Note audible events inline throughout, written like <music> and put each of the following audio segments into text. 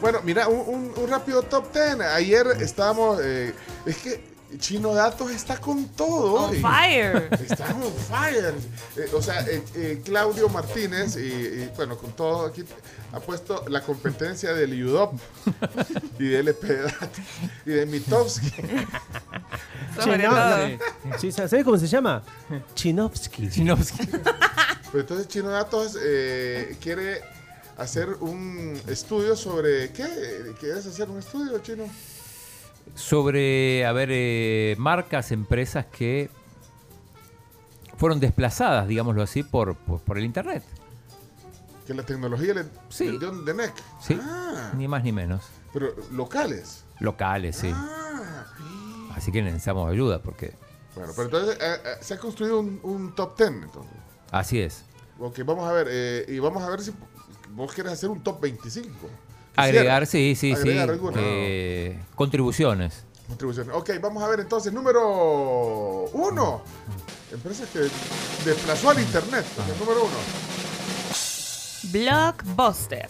Bueno, mira, un, un, un rápido top ten. Ayer estábamos. eh, es que Chino Datos está con todo. On y- fire. <laughs> Está on fire. Eh, o sea, eh, eh, Claudio Martínez, y, y, bueno, con todo aquí, ha puesto la competencia del IUDOP y del LP y de Mitowski. Sobre Chino- todo. Sí, ¿Sabes cómo se llama? Chinovsky. Chinovsky. Pero entonces Chino Datos eh, quiere hacer un estudio sobre. ¿Qué? ¿Quieres hacer un estudio, Chino? Sobre, a ver, eh, marcas, empresas que fueron desplazadas, digámoslo así, por, por, por el Internet. Que la tecnología le Sí. le dio un de NEC. Sí, Ah, ni más ni menos. pero locales. Locales, sí. Ah. Así que necesitamos ayuda porque Bueno, pero entonces eh, eh, se ha construido un, un top 10, entonces. así es. Ok, vamos a ver. eh, y vamos a ver si vos quieres hacer un top 25. Agregar, Quisiera. sí, sí, sí. Agregar alguna. eh, contribuciones. Contribuciones. Ok, vamos a ver entonces. Número uno. Empresa que desplazó al Internet. porque es número uno. Blockbuster.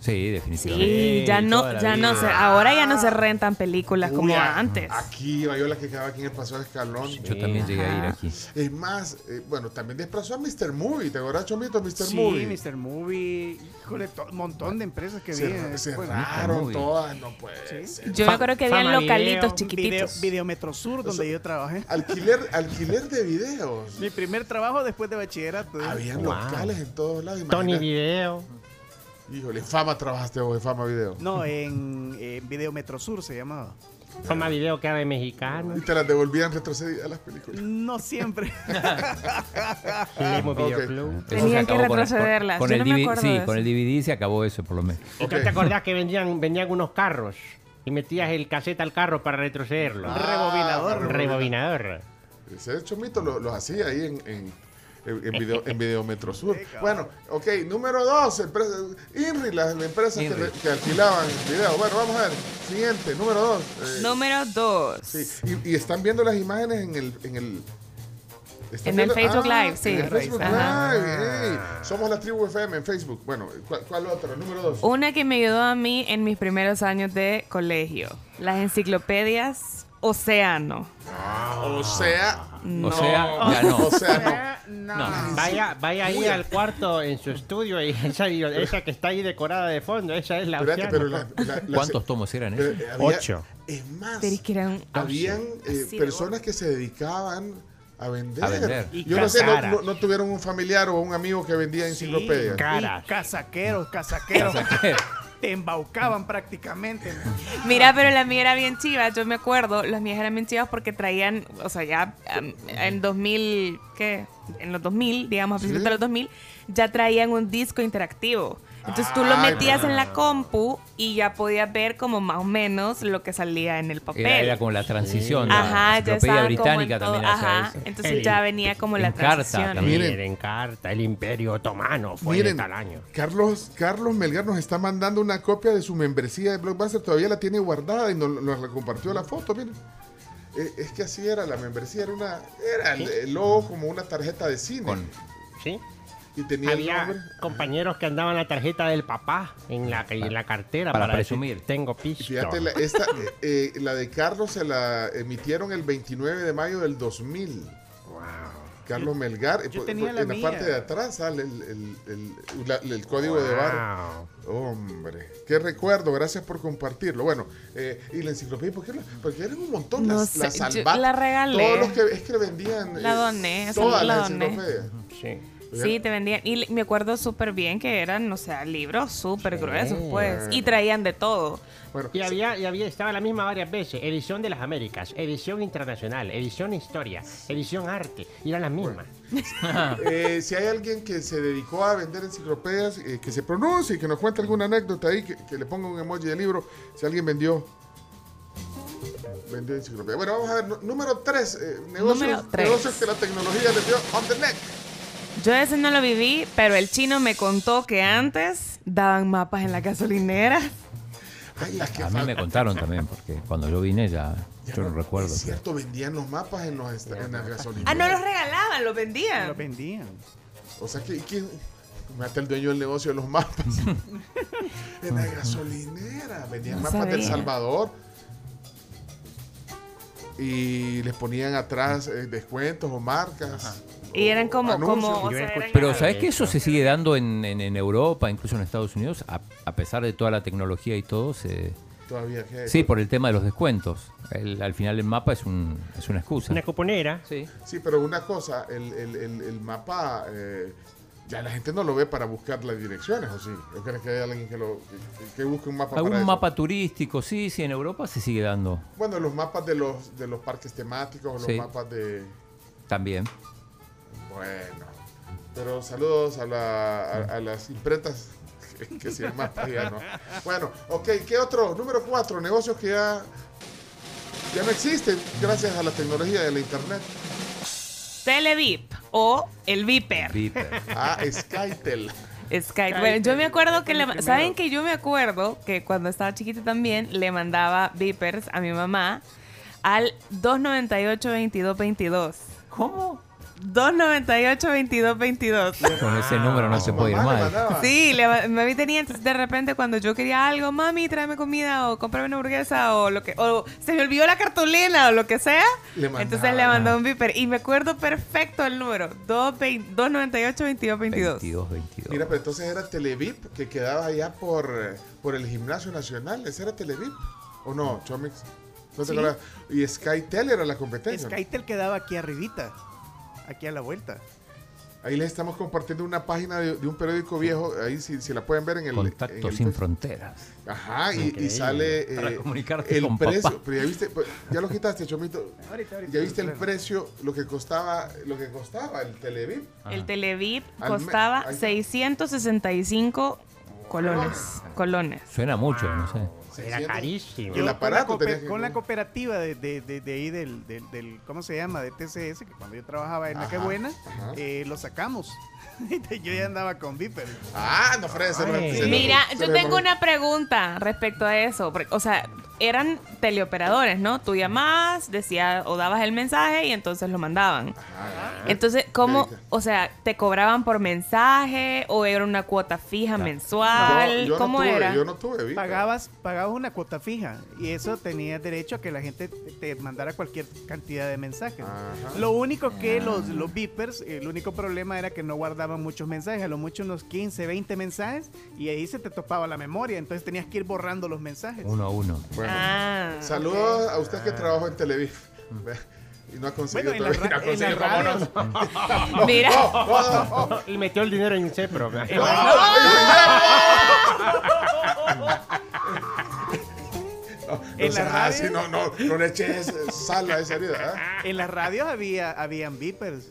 Sí, definitivamente. Sí, ya no, toda la ya no vida. se, ahora ya no se rentan películas Uy, como a- antes. Aquí, Bayola que quedaba aquí en el paso de escalón. Yo también llegué a ir Ajá. aquí. Es más, eh, bueno, también desplazó a Mr. Movie. ¿Te acuerdas, Chomito? Mr. Sí, Movie. Mr. Movie. Híjole, to- un montón de empresas que Cerra- vienen. pues, cerraron Movie. todas, no puede ser. Yo me acuerdo que habían localitos chiquititos. Videometrosur Sur, donde yo trabajé. Alquiler, alquiler de videos. Mi primer trabajo después de bachillerato. ¿eh? Habían Wow. locales en todos lados. Tony imagínate. Video. Híjole, en fama trabajaste vos, en fama video. No, en, en Videometrosur se llamaba. Toma video que era de mexicano. Y te las devolvían retrocedidas las películas. No siempre. <laughs> Lemo ok. Videoclub. Eso se Tenían que acabó con el- retrocederlas. Con, Yo el no me DVD acuerdo sí, de eso. con el DVD se acabó eso, por lo menos. ¿Y tú Ok. te acordás que vendían, vendían unos carros? Y metías el casete al carro para retrocederlo. Ah, Rebobinador. Rebobinador. Ese chomito lo, los hacía ahí en, en, en, en video, en Videometro Sur. Bueno, ok, número dos, empresa, INRI, las empresas que, INRI. re- que alquilaban videos. Bueno, vamos a ver, siguiente, número dos. eh, Número 2. sí, y, y están viendo las imágenes en el... En el están En el Facebook Live, en sí. el Facebook Ajá. Live, ey. Somos la tribu FM en Facebook. Bueno, ¿cuál, cuál otro? Número dos. Oh. Una que me ayudó a mí en mis primeros años de colegio. Las enciclopedias Océano. O sea, O sea, ya no. o sea, no. Ah, Vaya, vaya ahí al cuarto en su estudio y <laughs> esa, y esa que está ahí decorada de fondo, esa <laughs> es la Espérate, Oceano. pero la- la- la- ¿Cuántos tomos eran eh, esos? había- Ocho. Es más, Pero es que eran- habían eh, Así de personas que se dedicaban a vender. A vender. Y Yo no sé, no, cazar. no- no tuvieron un familiar o un amigo que vendía enciclopedias. Caras. Y casaqueros, casaqueros. <laughs> Te embaucaban prácticamente. Mira, pero la mía era bien chiva, yo me acuerdo, las mías eran bien chivas porque traían, o sea, ya um, en 2000, ¿qué? En los 2000, digamos, a principios Sí. de los 2000, ya traían un disco interactivo. Entonces tú lo Ay, metías en la compu y ya podías ver como más o menos lo que salía en el papel. Era, era como la transición. la Ajá, ya enciclopedia estaba británica como en también todo- hacía Ajá, eso. entonces El- ya venía como en la carta transición. también. Miren, en carta, el imperio otomano fue de Miren, tal año. Carlos, Carlos Melgar nos está mandando una copia de su membresía de Blockbuster, todavía la tiene guardada y nos, nos la compartió la foto, miren. Eh, Es que así era la membresía, era una era el, el logo como una tarjeta de cine Con- ¿Sí? y tenía el Había nombre. compañeros que andaban la tarjeta del papá en la, en la cartera Para para, presumir. decir, tengo pisto. Fíjate, la, esta, eh, eh, la de Carlos se la emitieron el 29 de mayo del 2000. Carlos Melgar, eh, yo po- tenía po- la en la mía. parte de atrás sale el, el- el- la- el código de barra. Wow. Hombre, qué recuerdo, gracias por compartirlo. Bueno, eh, y la enciclopedia, ¿por qué? la- Porque eran un montón No las, sé, las yo Salvat, la regalé. Todos los que es que vendían. La eh, doné, esa todas la las doné. enciclopedias. Sí. Sí, te vendían. Y le- me acuerdo súper bien que eran, o sea, libros súper gruesos, pues. Y traían de todo. Bueno, Y había, y había, estaba la misma varias veces. Edición de las Américas, edición internacional, edición historia, edición arte. Y eran las mismas. Eh, si hay alguien que se dedicó a vender enciclopedias, eh, que se pronuncie y que nos cuente alguna anécdota ahí, que, que le ponga un emoji de libro. Si alguien vendió. Vendió enciclopedias. Bueno, vamos a ver. nu- Número 3. negocios, Número tres. negocios que la tecnología le dio on the neck. Yo ese no lo viví, pero el chino me contó que antes daban mapas en la gasolinera. Ay, las que A mí me fal- contaron también, porque cuando yo vine ya, Ya yo no recuerdo. Es cierto, vendían los mapas en, los esta- en las gasolineras. Ah, no los regalaban, los vendían. Lo vendían. O sea, que. que- Mata el dueño del negocio de los <laughs> mapas. en la gasolinera. Vendían No mapas del sabía. Salvador. Y les ponían atrás eh, descuentos o marcas. Y eran como, Anuncios. como, o Yo sea, escuché- eran- Pero ¿sabes que eso se sigue dando en, en- en Europa, incluso en Estados Unidos? A, a pesar de toda la tecnología y todo, se... Todavía que Sí, por el tema de los descuentos. El- al final el mapa es, un, es una excusa. Una cuponera. Sí. Sí, pero una cosa, el, el- el- el mapa, eh, ya la gente no lo ve para buscar las direcciones, ¿o sí? ¿O crees que hay alguien que, lo, que, que busque un mapa para Algún eso? mapa turístico, sí, sí, en Europa se sigue dando Bueno, los mapas de los, de los parques temáticos, los Sí. mapas de... también. Bueno, pero saludos a, la- a- a las imprentas que, que se mapas ya no. Bueno, ok, ¿qué otro? Número cuatro, negocios que ya, ya no existen gracias a la tecnología de la internet. Televip o el Viper. Viper. Ah, <laughs> Skytel. Skype. Skype, Bueno, yo me acuerdo fue que el le, primero. saben que yo me acuerdo que cuando estaba chiquita también le mandaba beepers a mi mamá al 298-2222. ¿Cómo? 298-2222. Con ese número no A se su puede ir mamá le mal. mandaba. Sí, le, mami tenía, entonces de repente cuando yo quería algo, mami, tráeme comida o cómprame una hamburguesa o lo que, o se me olvidó la cartulina o lo que sea, Le entonces mandaba. le mandó un beeper y me acuerdo perfecto el número, 22, 298-2222. 22. Mira, pero entonces era Televip que quedaba allá por, eh, por el Gimnasio Nacional. ¿Ese era Televip? ¿O no, Chomix? No te Sí. acuerdas. Y Skytel era la competencia. Skytel quedaba aquí arribita, aquí a la vuelta. Ahí les estamos compartiendo una página de, de un periódico viejo. Ahí si, si la pueden ver en el. en Contacto el sin Facebook. fronteras. Ajá, y- y, Increíble. sale. Para eh, comunicarte el con precio. papá. Pero ya viste. pues, Ya lo quitaste, Chomito. Ahorita, ahorita. Ya viste el Claro. precio, lo que costaba, lo que costaba el Televip. El Televip Al me- costaba ahí está. 665 colones. Ah. Colones. Suena mucho, no sé. Era carísimo. Y el Yo aparato con la, tenías cooper- que- con la cooperativa de, de- de- de ahí del, del- del- ¿cómo se llama? De TCS, que cuando yo trabajaba en Ajá, La Que Buena, ajá. eh, lo sacamos. <laughs> yo ya andaba con Viper. Ah, no, Fred, se nos- Ay. se nos- Mira, se yo nos- tengo una pregunta respecto a eso. porque, o sea, eran teleoperadores, ¿no? Tú llamabas, decías o dabas el mensaje y entonces lo mandaban. Ajá. Entonces, ¿cómo? Erika. O sea, ¿te cobraban por mensaje o era una cuota fija mensual? Yo- yo no ¿Cómo tuve, era? Yo no tuve, Viper. Pagabas, pagabas una cuota fija y eso tenías derecho a que la gente te mandara cualquier cantidad de mensajes. Ajá. Lo único que los, los beepers, el único problema era que no guardaban muchos mensajes, a lo mucho unos 15, 20 mensajes y ahí se te topaba la memoria, entonces tenías que ir borrando los mensajes. Uno a uno. Bueno, Ah. saludos a usted que trabajó en Televis. <laughs> Y no ha conseguido Bueno, en la todavía, ra- no ha en la conseguido, radio- vámonos. Mira, No, no, no. <laughs> Y metió el dinero en <laughs> <laughs> Cepro. No, En seas la así, no, radio- no, no le eches eh, sal a esa herida. ¿eh? En las radios había, habían beepers.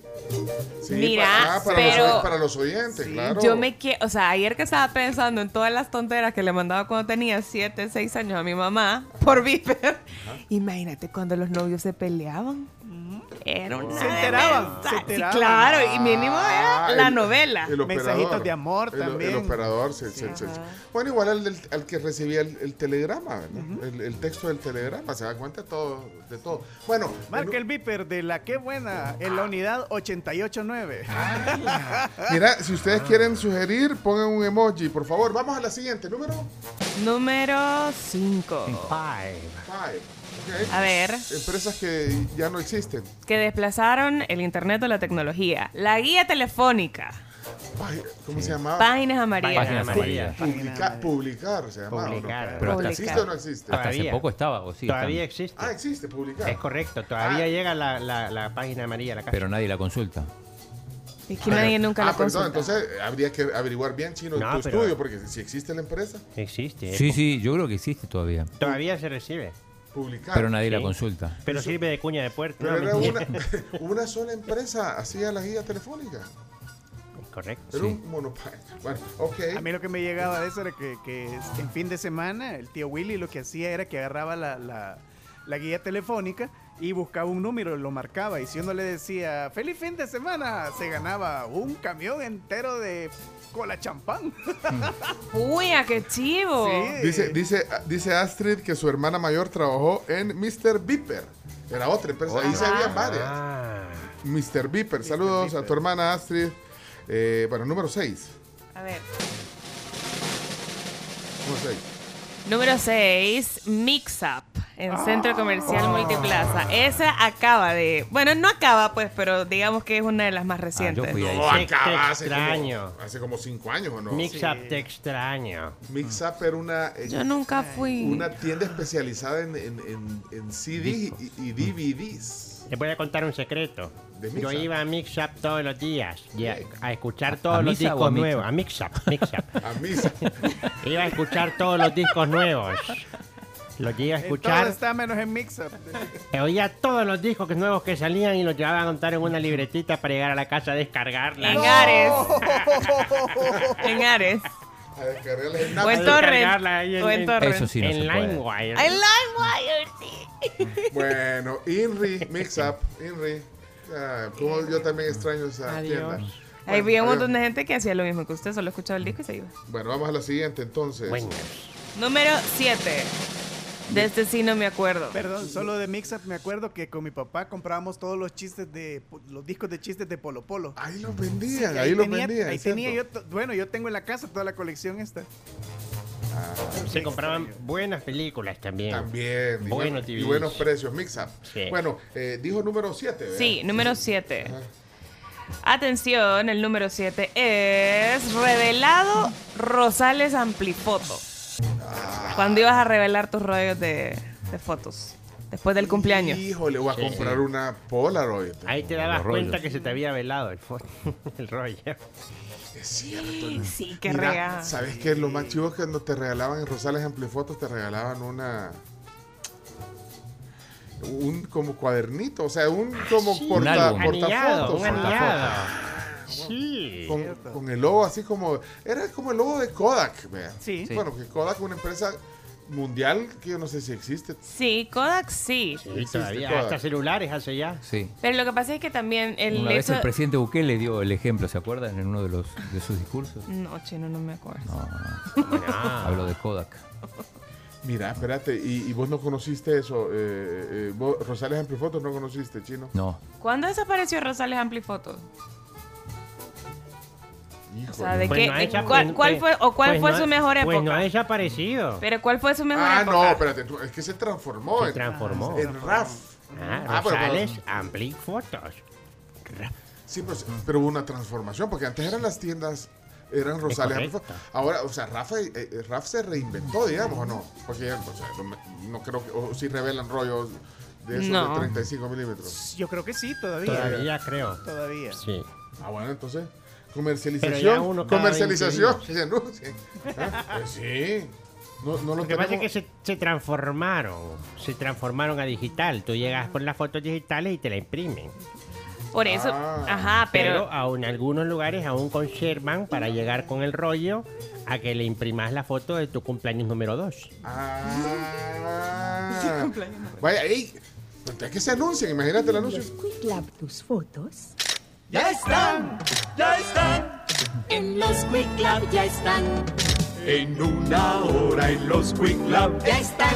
Sí, Mira, para, ah, para los, pero- para los oyentes, claro. Yo me quiero, o sea, ayer que estaba pensando en todas las tonteras que le mandaba cuando tenía 7, 6 años a mi mamá por Viper. Imagínate cuando los novios se peleaban. Era una Se enteraban, demenza- se Sí, enteraban. claro, y mínimo era Ah, la el- novela. el Mensajitos de amor El- El, también. operador. se- se- se- Ajá. bueno, igual al, del- al que recibía el, el telegrama, ¿verdad? el, el texto del telegrama, se da cuenta de todo. De todo. Bueno, Marca en- el beeper de la que buena en la unidad 889. Mira, si ustedes quieren sugerir, pongan un emoji, por favor. Vamos a la siguiente, número Número 5. Five. 5. A ver. Empresas que ya no existen. Que desplazaron el internet o la tecnología. La guía telefónica. Ay, ¿Cómo se llamaba? Páginas amarillas. Página amarilla. Publica- publicar se llamaba. ¿o no? Publicar. Pero hasta- ¿Existe o no existe? Hasta hace Todavía. poco estaba, o sí, Todavía también, existe. Ah, existe, publicar. Es correcto. Todavía Ah. llega la, la, la página amarilla a la casa. pero nadie la consulta. Es que nadie nunca ah, la perdón, consulta. entonces eh, habría que averiguar bien chino No, en tu pero- estudio, porque si existe la empresa, Existe. ¿eh? Sí, sí, yo creo que existe todavía. Todavía se recibe. publicar. Pero nadie la Sí. consulta. Ah, Pero sirve de cuña de puerta. Pero No, era mentira. una, <laughs> una sola empresa, hacía la guía telefónica. Correcto. Era Sí. un monopolio. Bueno, ok. A mí lo que me llegaba de eso era que, que en fin de semana el tío Willy lo que hacía era que agarraba la, la- la guía telefónica y buscaba un número, lo marcaba y si uno le decía feliz fin de semana, se ganaba un camión entero de cola champán. Uy, a qué chivo. Sí. Dice, dice, dice Astrid que su hermana mayor trabajó en Mr. Beeper. Era otra empresa. Ahí se habían varias. Ah, Mr. Beeper. Saludos a tu hermana Astrid. Eh, bueno, número 6. A ver. No sé. Número 6, Mix Up, en Ah. Centro Comercial Multiplaza. Esa acaba de. Bueno, no acaba, pues, pero digamos que es una de las Ah, más recientes. fui ahí. No, Te- te acaba hace extraño. como, hace como cinco años, ¿o no? Mix Oh. Sí. Up te extraño. Mix Up era una, eh, Yo nunca fui. una tienda especializada en, en, en, en CDs y, y DVDs. Te voy a contar un secreto. De Mix Yo Up. iba a Mix Up todos los días y a, a escuchar todos los Mix Up discos o a Mix nuevos. Up? A Mix Up, Mix Up. A misa. iba a escuchar todos los discos nuevos. Los iba a En escuchar. todo está menos en mix-up. Oía todos los discos que- nuevos que salían y los llevaba a contar en una libretita para llegar a la casa a descargarla. En Ares. Oh. En Ares. A descargarles el O nap. en Torrent. descargarla ahí en- O en en- Torrent. Eso sí, no en se puede. LimeWire. I LimeWire, sí. Bueno, Inri, Mix Up, Inri. Ah, como yo también extraño esa Adiós. tienda. Ahí Bueno, había adiós. un montón de gente que hacía lo mismo que usted, solo escuchaba el disco y se iba. Bueno, vamos a la siguiente entonces. Bueno, Número 7. De este sí no me acuerdo. Perdón, solo de mix-up me acuerdo que con mi papá comprábamos todos los chistes de los discos de chistes de Polo Polo. Ahí los vendían, Y Ah, ahí, los tenía, vendían. ahí ¿cierto? tenía yo, to- bueno, yo tengo en la casa toda la colección esta. se compraban buenas películas también. También. Y, Buenos bueno- y DVDs. buenos precios, Mix Up. Sí. Bueno, eh, dijo número 7. Sí, número 7. Atención, el número 7 es revelado Rosales Amplifoto. Ah. Cuando ibas a revelar tus rollos de, de fotos. Después del cumpleaños. Híjole, voy a comprar una Polaroid. Ahí te dabas Los rollos. cuenta que se te había velado el, fo- <laughs> el rollo. Es cierto. Sí, <gasps> qué Mira, regada. ¿Sabes qué? Lo más chivo es que cuando te regalaban en Rosales Amplifotos, te regalaban una. Un como cuadernito, o sea, un como sí. Un porta, álbum. portafotos. Anillado, un ajá. anillado. Sí. con, con el logo así como. Era como el logo de Kodak, vea. Sí. Sí. Bueno, que Kodak es una empresa mundial que yo no sé si existe. Sí, Kodak sí. Sí, Existe todavía. toda. Hasta celulares hace <laughs> ya. Sí. Pero lo que pasa es que también el Una vez hecho. el presidente Bukele dio el ejemplo, ¿se acuerdan? En uno de, los, de sus discursos. No, chino, no me acuerdo. No, Ah. hablo de Kodak. Mira, espérate, y, y vos no conociste eso. eh, eh, vos, Rosales Amplifotos no conociste, chino. No. ¿Cuándo desapareció Rosales Amplifoto? O sea, ¿de Híjole. Pues qué? no ha de desa- eh, ¿Cuál, pues- cuál fue, o cuál pues fue no ha- su mejor época? Pues no ha desaparecido. Pero ¿cuál fue su mejor Ah, época? no, espérate, tú- es que se transformó. Se en- transformó. En RAF. Ah, Ah, pero- Rosales, Ampli Fotos. Sí, pero, pero hubo una transformación, porque antes eran las tiendas, eran Rosales. correcto. Rafa. Ahora, o sea, Rafa, eh, eh, Raf se reinventó, digamos, ¿o no? Porque ya, o sea, no, me- no creo que, o si revelan rollos de esos No. de 35 milímetros. Yo creo que sí, todavía. Todavía creo. Todavía. Sí. Ah, bueno, entonces, Pero ya comercialización, uno cada comercialización, 20 que <laughs> se anuncie. Ah, Pues sí. No, no lo Lo que pasa es que tenemos- se, se transformaron. Se transformaron a digital. Tú llegas con las fotos digitales y te la imprimen. Por eso, Ah. ajá, Pero pero, aún algunos lugares aún conservan para llegar con el rollo a que le imprimas la foto de tu cumpleaños número 2. Ah. Vaya, ahí. Es que se anuncien, imagínate el anuncio. Lab tus fotos. Ya están, ya están. En los Quick Lab ya están, En una hora en los Quick Lab. ya están,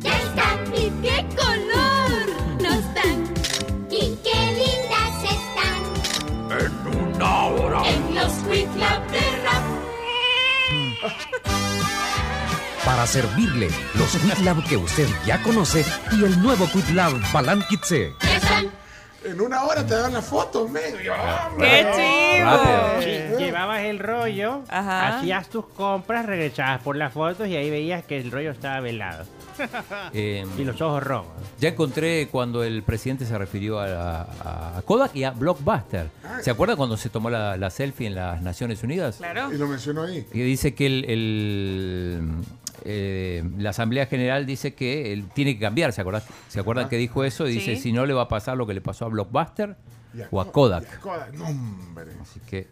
ya están. Y qué color nos dan. Y qué lindas están. En una hora. En los Quick Lab de Rap. para servirle los Quick Lab que usted ya conoce y el nuevo Quick Lab Balankitse. Ya están. En una hora te dan las fotos, men. Y, ah, ¡qué chivo! Rápido. Sí, llevabas el rollo, Ajá. hacías tus compras, regresabas por las fotos y ahí veías que el rollo estaba velado. Eh, Y los ojos rojos. ya encontré cuando el presidente se refirió a, a- a Kodak y a Blockbuster. ¿Se acuerda cuando se tomó la, la selfie en las Naciones Unidas? Ah. Claro. y lo menciono ahí. Y dice que el, el, eh, la Asamblea General dice que él tiene que cambiar, ¿se acuerdan? ¿Se acuerdan que dijo eso? Y dice, Ah. Sí. si no le va a pasar lo que le pasó a Blockbuster Y a o a Ko- y a Kodak. Kodak, no, hombre. Así que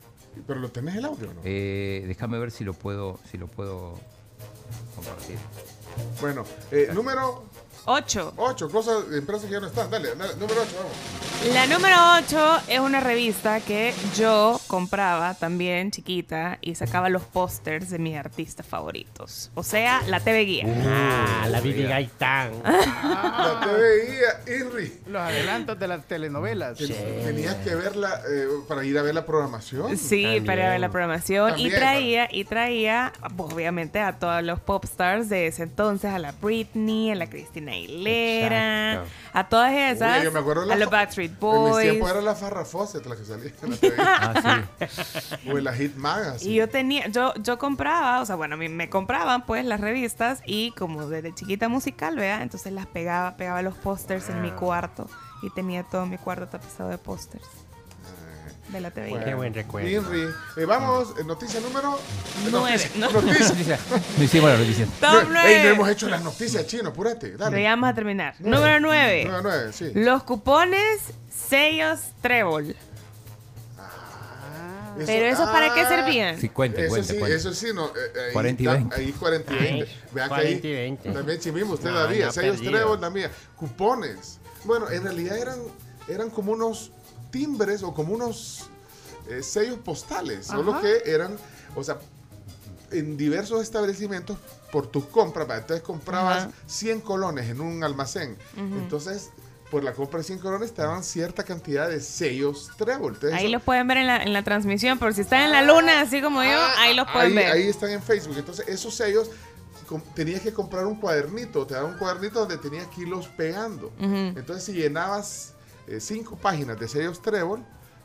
Pero lo tenés el audio, ¿no? eh, déjame ver si lo puedo, si lo puedo compartir. Bueno, eh, número 8. Ocho cosas de empresas que ya no están. Dale, dale, número ocho, vamos. La número 8 es una revista que yo compraba también chiquita y sacaba los pósters de mis artistas favoritos. O sea, la TV Guía. Ah, la Bibi Gaitán. La TVI, Irri. Los adelantos de las telenovelas. Ten- Tenías que verla eh, para ir a ver la programación. Sí, También. para ver la programación. También, y traía, y traía, pues, obviamente, a todos los pop stars de ese entonces, a la Britney, a la Cristina Aguilera, Exacto. a todas Uy, esas, yo me acuerdo de a la los fa- Backstreet En mis Boys. tiempos era la Farrah Fawcett la que salía en la TV. <laughs> Ah, sí. o en la Hit Magazine. Y yo tenía, yo, yo compraba, o sea, bueno, a mí me compraban pues las revistas y como desde chiquita musical, ¿verdad? Entonces las pegaba, pegaba los pósters en mi Ah. cuarto y tenía todo mi cuarto tapizado de pósters de la TV. Ah. Bueno, Qué buen recuerdo. Inri. Eh, vamos, eh, noticia número Nueve, noticia, ¿no? Noticia. Noticia. No hicimos la noticia. <laughs> Top No, ey, no hemos 9. hecho las noticias, chino, apúrate. Pero Dale. ya vamos a terminar. Número 9. Número nueve, sí. Los cupones, sellos, trébol. Pero esos para qué ah, servían? Sí, cuente, eso cuente, sí, cuente. eso sí, no. eh, ahí 40 y está- 20. Ahí 40 y Ay, 20. Vea que 40 y ahí 20. También chimimos usted No, la mía. anda Sellos perdido. trébol, la mía. Cupones. Bueno, en realidad eran, eran como unos timbres o como unos eh, sellos postales. Solo que eran, o sea, en diversos establecimientos por tus compras. ¿va? Entonces comprabas Ajá. 100 colones en un almacén. Entonces, por la compra de 100 colones te daban cierta cantidad de sellos trébol. Entonces, Ahí eso- los pueden ver en la, en la transmisión, por si están en la luna, así como yo, Ah, ahí los pueden ver. ahí están en Facebook. Entonces, esos sellos com- tenías que comprar un cuadernito. Te daban un cuadernito donde tenías que irlos pegando. Entonces, si llenabas eh, cinco páginas de sellos Trébol,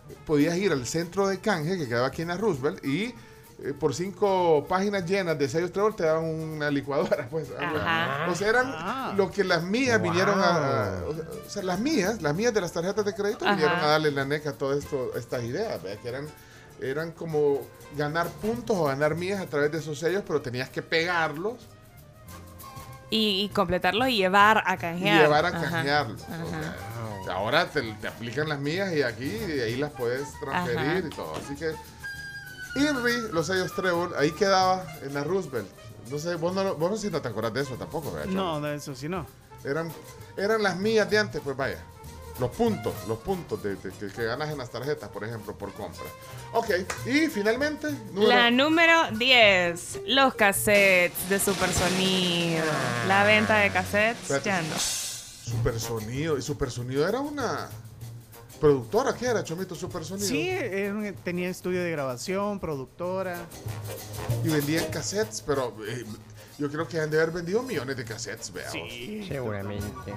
eh, podías ir al centro de canje que quedaba aquí en la Roosevelt y. eh, por cinco páginas llenas de sellos Trébol te daban una licuadora, pues. algo así. Ajá. O sea, eran Ah. lo que las mías vinieron a. Wow. O sea, o sea, las mías, las mías de las tarjetas de crédito Ajá. vinieron a darle la neca a todas esto- estas ideas, ¿verdad? que eran, eran como ganar puntos o ganar mías a través de esos sellos, pero tenías que pegarlos Y, y completarlos y llevar a y canjear. llevar a Ajá. canjearlos. Ajá. O sea, ahora te, te aplican las mías y aquí y ahí las puedes transferir Ajá. y todo. Así que Inri, los sellos Trevor, ahí quedaba en la Roosevelt. No sé, vos no, lo- vos no, sé si no te acordás de eso tampoco, ¿verdad, Chavo? No, no, eso sí no. Eran, eran las mías de antes, pues vaya. Los puntos, los puntos de, de- que, que ganas en las tarjetas, por ejemplo, por compra. Ok, y finalmente, número- La número 10, los cassettes de super sonido. La venta de cassettes, Ah. Espérate. ya no. Super Sonido. Y Super Sonido era una productora, ¿qué era, Chomito? Super Sonido. Sí, era un- tenía estudio de grabación, productora. Y vendían cassettes, pero eh, yo creo que han de haber vendido millones de cassettes, veamos. <laughs> Seguramente.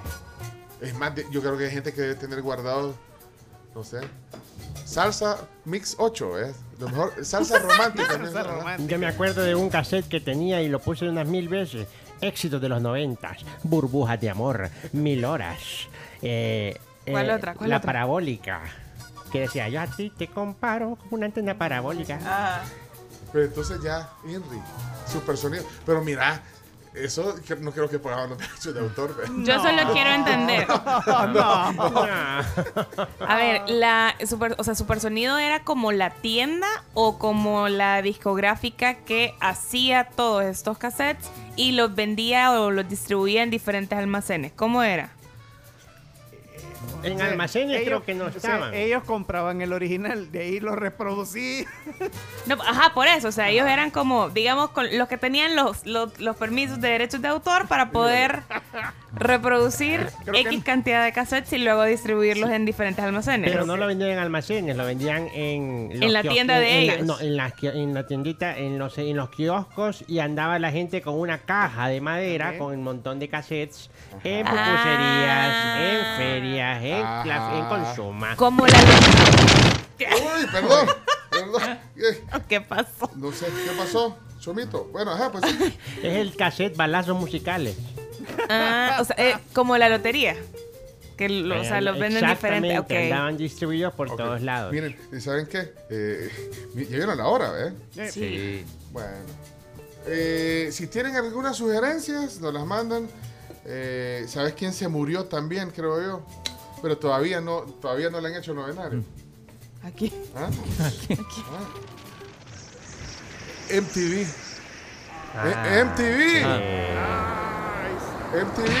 Es más, de- yo creo que hay gente que debe tener guardado, no sé, salsa mix 8, ¿eh? Lo mejor, salsa romántica. también, Salsa ¿verdad? romántica. Yo me acuerdo de un cassette que tenía y lo puse unas mil veces. Éxitos de los noventas, burbujas de amor, mil horas. eh, ¿Cuál otra? ¿Cuál la otra? parabólica. Que decía, yo a ti te comparo con una antena parabólica. Ah. Pero entonces ya, Henry, super sonido. Pero mira, eso que- no creo que pagaban los derechos de autor. ¿ve? Yo solo quiero <laughs> entender. <laughs> Ah, A ver, la super, o sea, super sonido era como la tienda o como la discográfica que hacía todos estos cassettes y los vendía o los distribuía en diferentes almacenes. ¿Cómo era? en O sea, almacenes ellos- creo que no o sea, estaban. ellos compraban el original, de ahí lo reproducí. No, ajá, por eso, o sea, ellos eran como, digamos, con los que tenían los, los, los permisos de derechos de autor para poder reproducir Creo que X no. cantidad de cassettes y luego distribuirlos en diferentes almacenes. Pero no lo vendían en almacenes, lo vendían en... los En la kios- tienda en- de en la- ellos. no, en la, kio- en la tiendita, en los, en los kioscos y andaba la gente con una caja de madera Ok. con un montón de cassettes en Ajá. pupuserías, Ah. en ferias, en, Ajá. clas- en consumas. Como la... <laughs> Uy, perdón, perdón. Eh, ¿Qué pasó? No sé, ¿qué pasó? Chomito. Bueno, ajá, pues sí. Es el cassette balazos musicales. Ah, o sea, eh, como la lotería. Que lo- o sea, los venden diferentes. Exactamente, Ok. andaban distribuidos por Ok. todos lados. Miren, ¿y saben qué? Eh, mi- ya vieron la hora, ¿eh? Sí. Bueno. Eh, si tienen algunas sugerencias, nos las mandan. Eh, ¿Sabes quién se murió también, creo yo? Pero todavía no, todavía no le han hecho novenario. Mm. <laughs> Aquí. ¿Ah? Ah. MTV. Eh, MTV. MTV.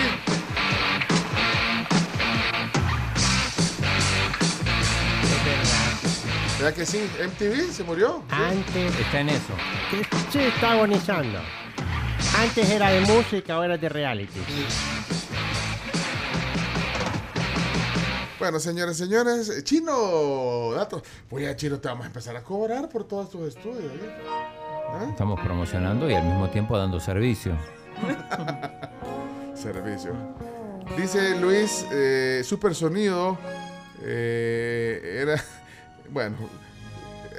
¿Verdad que sí? MTV se murió. Antes Está en eso. Sí, está agonizando. Antes era de música, ahora es de reality. Bueno, señores, señores, eh, Chino, datos. Pues ya, Chino, te vamos a empezar a cobrar por todos tus estudios. ¿eh? ¿Ah? Estamos promocionando y al mismo tiempo dando servicio. Servicio. Dice Luis, eh, super sonido. eh, era, <laughs> bueno,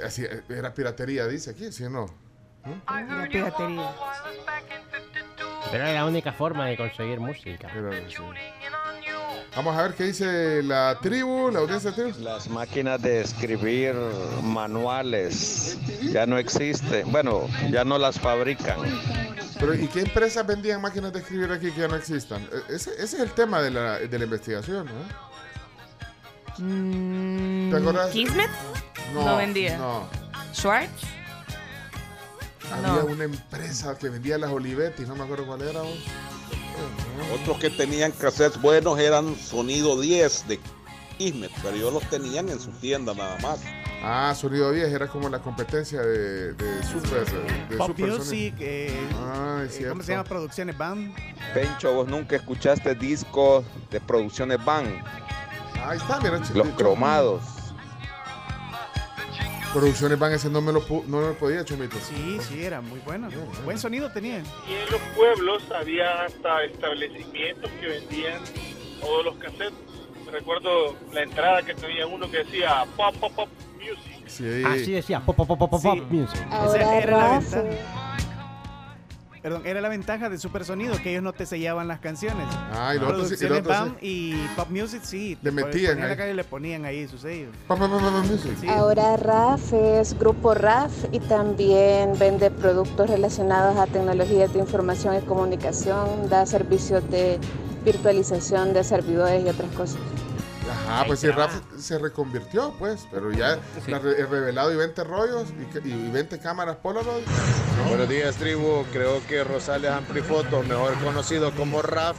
así, era piratería, dice aquí, ¿sí o no? Una piratería. Pero era la única forma de conseguir música. Era así. Vamos a ver qué dice la tribu, la audiencia de la tribu. Las máquinas de escribir manuales ya no existen. Bueno, ya no las fabrican. Pero, ¿y qué empresas vendían máquinas de escribir aquí que ya no existan? E- Ese, ese es el tema de la, de la investigación, ¿no? Mm, ¿Te acordás? Kismet, No, No vendía. No. Schwartz. Había No. una empresa que vendía las Olivetti, no me acuerdo cuál era. vos. Otros que tenían cassettes buenos eran Sonido 10 de Kismet, pero ellos los tenían en su tienda nada más. Ah, Sonido 10 era como la competencia de, de Super. De Pop Super Sonido. Music, eh, Ah, eh, es ¿cómo cierto. se llama? Producciones Band. Pencho, vos nunca escuchaste discos de producciones van, Ahí está, mira. ch- los ch- cromados. Producciones Van, ese no me lo, pu- no me lo podía, Chomito. Sí, sí, era muy bueno. Buen sonido tenía. Y en los pueblos había hasta establecimientos que vendían todos los cassettes. Recuerdo la entrada que tenía uno que decía Pop Pop Pop Music. Sí. Así decía, pop, pop, pop, pop, Sí. pop, music. Ah. Esa era la ventaja. Perdón, era la ventaja de Super Sonido, que ellos no te sellaban las canciones. Ah, y los otros. sí- Y los Producciones otros BAM sí. y Pop Music, sí. Le te pon- metían ponían la ahí. calle y le ponían ahí sus sellos. Pa, pa, pa, pa, pa, music. Sí. Ahora RAF es grupo RAF y también vende productos relacionados a tecnologías de información y comunicación, da servicios de virtualización de servidores y otras cosas. Ajá, pues si Raf se reconvirtió, pues. Pero ya la re- el revelado y 20 rollos y, que- y 20 cámaras Polaroid. Buenos días, tribu. Creo que Rosales Amplifoto, mejor conocido como RAF,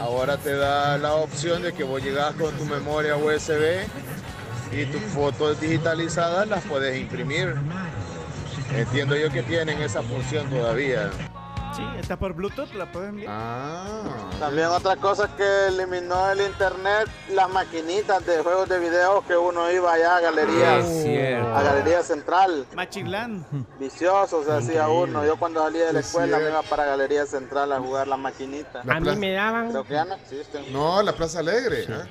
ahora te da la opción de que vos llegás con tu memoria USB y tus fotos digitalizadas las puedes imprimir. Entiendo yo que tienen esa función todavía. Sí, está por Bluetooth, la pueden enviar. Ah. También otra cosa que eliminó el internet, las maquinitas de juegos de video que uno iba allá a galerías, Es cierto. a galería central, Machilán. vicioso se hacía uno. Yo cuando salía de la Sí, escuela me cierto. iba para galería central a jugar las maquinitas. La A mí plaza- me daban... Creo que ya no existen. No, la Plaza Alegre. ¿eh?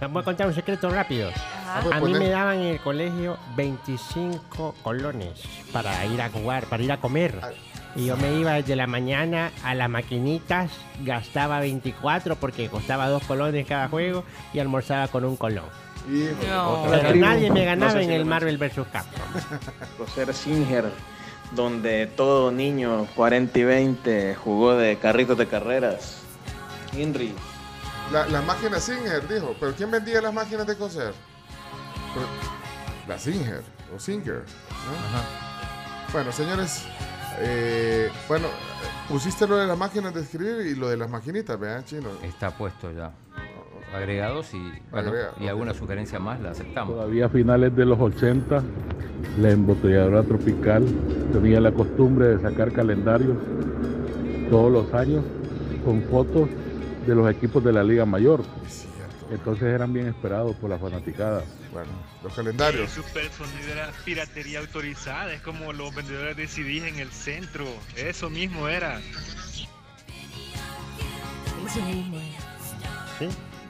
Les voy a contar un secreto rápido. Ah, pues A mí poner- me daban en el colegio 25 colones para ir a jugar, para ir a comer. Ah. Y yo me iba desde la mañana a las maquinitas, gastaba 24 porque costaba dos colones cada juego y almorzaba con un colón. Híjole, No. otra Pero vez. nadie me ganaba No sé si en lo el mencioné. Marvel vs. Capcom. Coser Singer, donde todo niño 40 y 20 jugó de carritos de carreras. Henry. La, la máquina Singer, dijo. ¿Pero quién vendía las máquinas de coser? Pero- la Singer, o Singer. ¿no? Bueno, señores, eh, bueno, pusiste lo de las máquinas de escribir y lo de las maquinitas, vean, chino. Está puesto ya. Agregados y, bueno, Agrega, y alguna sugerencia más la aceptamos. Todavía a finales de los 80, la embotelladora tropical tenía la costumbre de sacar calendarios todos los años con fotos de los equipos de la Liga Mayor. Es cierto. Entonces eran bien esperados por la fanaticada. Bueno, los calendarios. Super sonido era piratería autorizada, es como los vendedores de CDs en el centro, eso mismo era. Eso mismo es.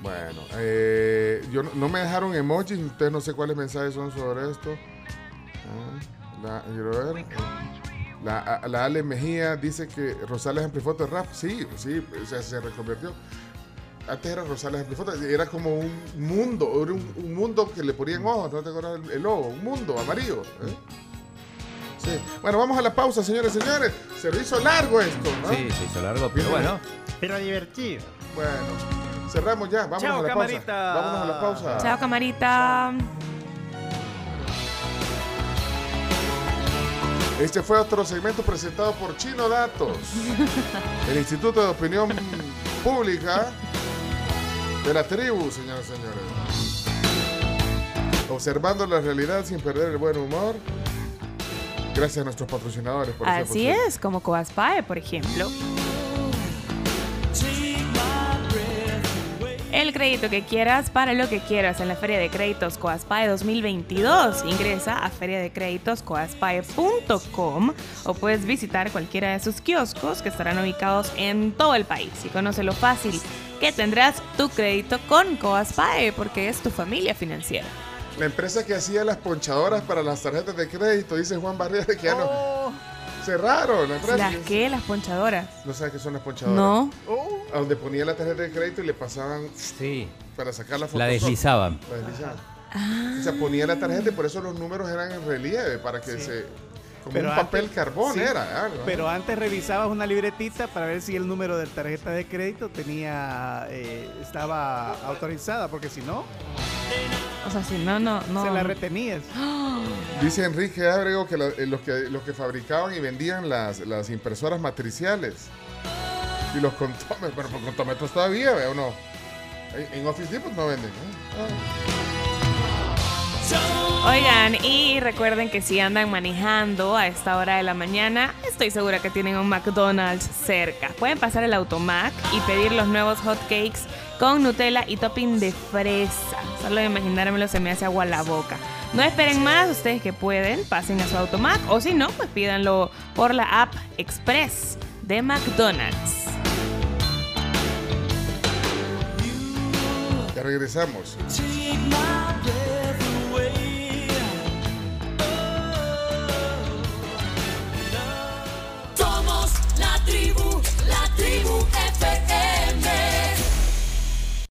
Bueno, eh, yo no, no me dejaron emojis, ustedes no sé cuáles mensajes son sobre esto. Ah, La, quiero ver. La, a- la Ale Mejía dice que Rosales Amplifoto es rap. Sí, sí, o sea, se reconvirtió. Antes era Rosales Amplifoto, era como un mundo, era un, un mundo que le ponían ojos, no te acuerdas el, el lobo, un mundo amarillo. ¿eh? Sí. Bueno, vamos a la pausa, señores y señores. Se lo hizo largo esto, ¿no? Sí, se hizo largo, pero Bien. bueno. Pero divertido. Bueno, cerramos ya, vamos Chao, a la camarita. pausa. Vámonos a la pausa. Chao, camarita. Este fue otro segmento presentado por Chino <laughs> Datos, el Instituto de Opinión Pública de la Tribu, señoras y señores. Observando la realidad sin perder el buen humor. Gracias a nuestros patrocinadores por hacer Así posible. es, como Coaspae, por ejemplo. El crédito que quieras para lo que quieras en la Feria de Créditos Coaspae 2022. Ingresa a feriadecréditoscoaspae.com o puedes visitar cualquiera de sus kioscos que estarán ubicados en todo el país. Y conoce lo fácil que tendrás tu crédito con Coaspae porque es tu familia financiera. La empresa que hacía las ponchadoras para las tarjetas de crédito, dice Juan Barrera, que ya no. Cerraron la empresa. Oh. ¿Las qué? Las ponchadoras. No sabes qué son las ponchadoras. No. A donde ponía la tarjeta de crédito y le pasaban. Sí. Para sacar la foto. La deslizaban. La deslizaban. Ah. O sea, ponía la tarjeta y por eso los números eran en relieve, para que se. Como un antes- papel carbón sí, era. ah, ¿no? Pero antes revisabas una libretita para ver si el número de tarjeta de crédito tenía eh, estaba autorizada, porque si no, O sea, si no, no, no. se la retenías. Dice Enrique Ábrego que, la- eh, los que los que fabricaban y vendían las, las impresoras matriciales y los contómetros, pero por contómetros todavía, ¿ve o no? En, en Office Depot no venden. Ah. Oigan, y recuerden que si andan manejando a esta hora de la mañana, estoy segura que tienen un McDonald's cerca. Pueden pasar el automac y pedir los nuevos hotcakes con Nutella y topping de fresa. Solo de imaginármelo se me hace agua la boca. No esperen más, ustedes que pueden, pasen a su automac o si no, pues pídanlo por la app Express de McDonald's. ¿eh? Ya regresamos.